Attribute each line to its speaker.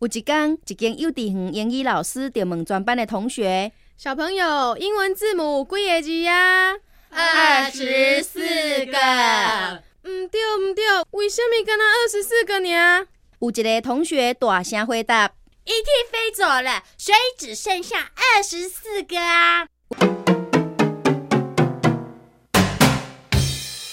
Speaker 1: 有一天，一间幼稚园英语老师就问全班的同学，
Speaker 2: 小朋友，英文字母几个字啊？
Speaker 3: 24个。
Speaker 2: 唔对唔对，为什么敢若二十四个呢？
Speaker 1: 有一个同学大声回答。
Speaker 3: ET 飞走了，所以只剩下二十四个啊！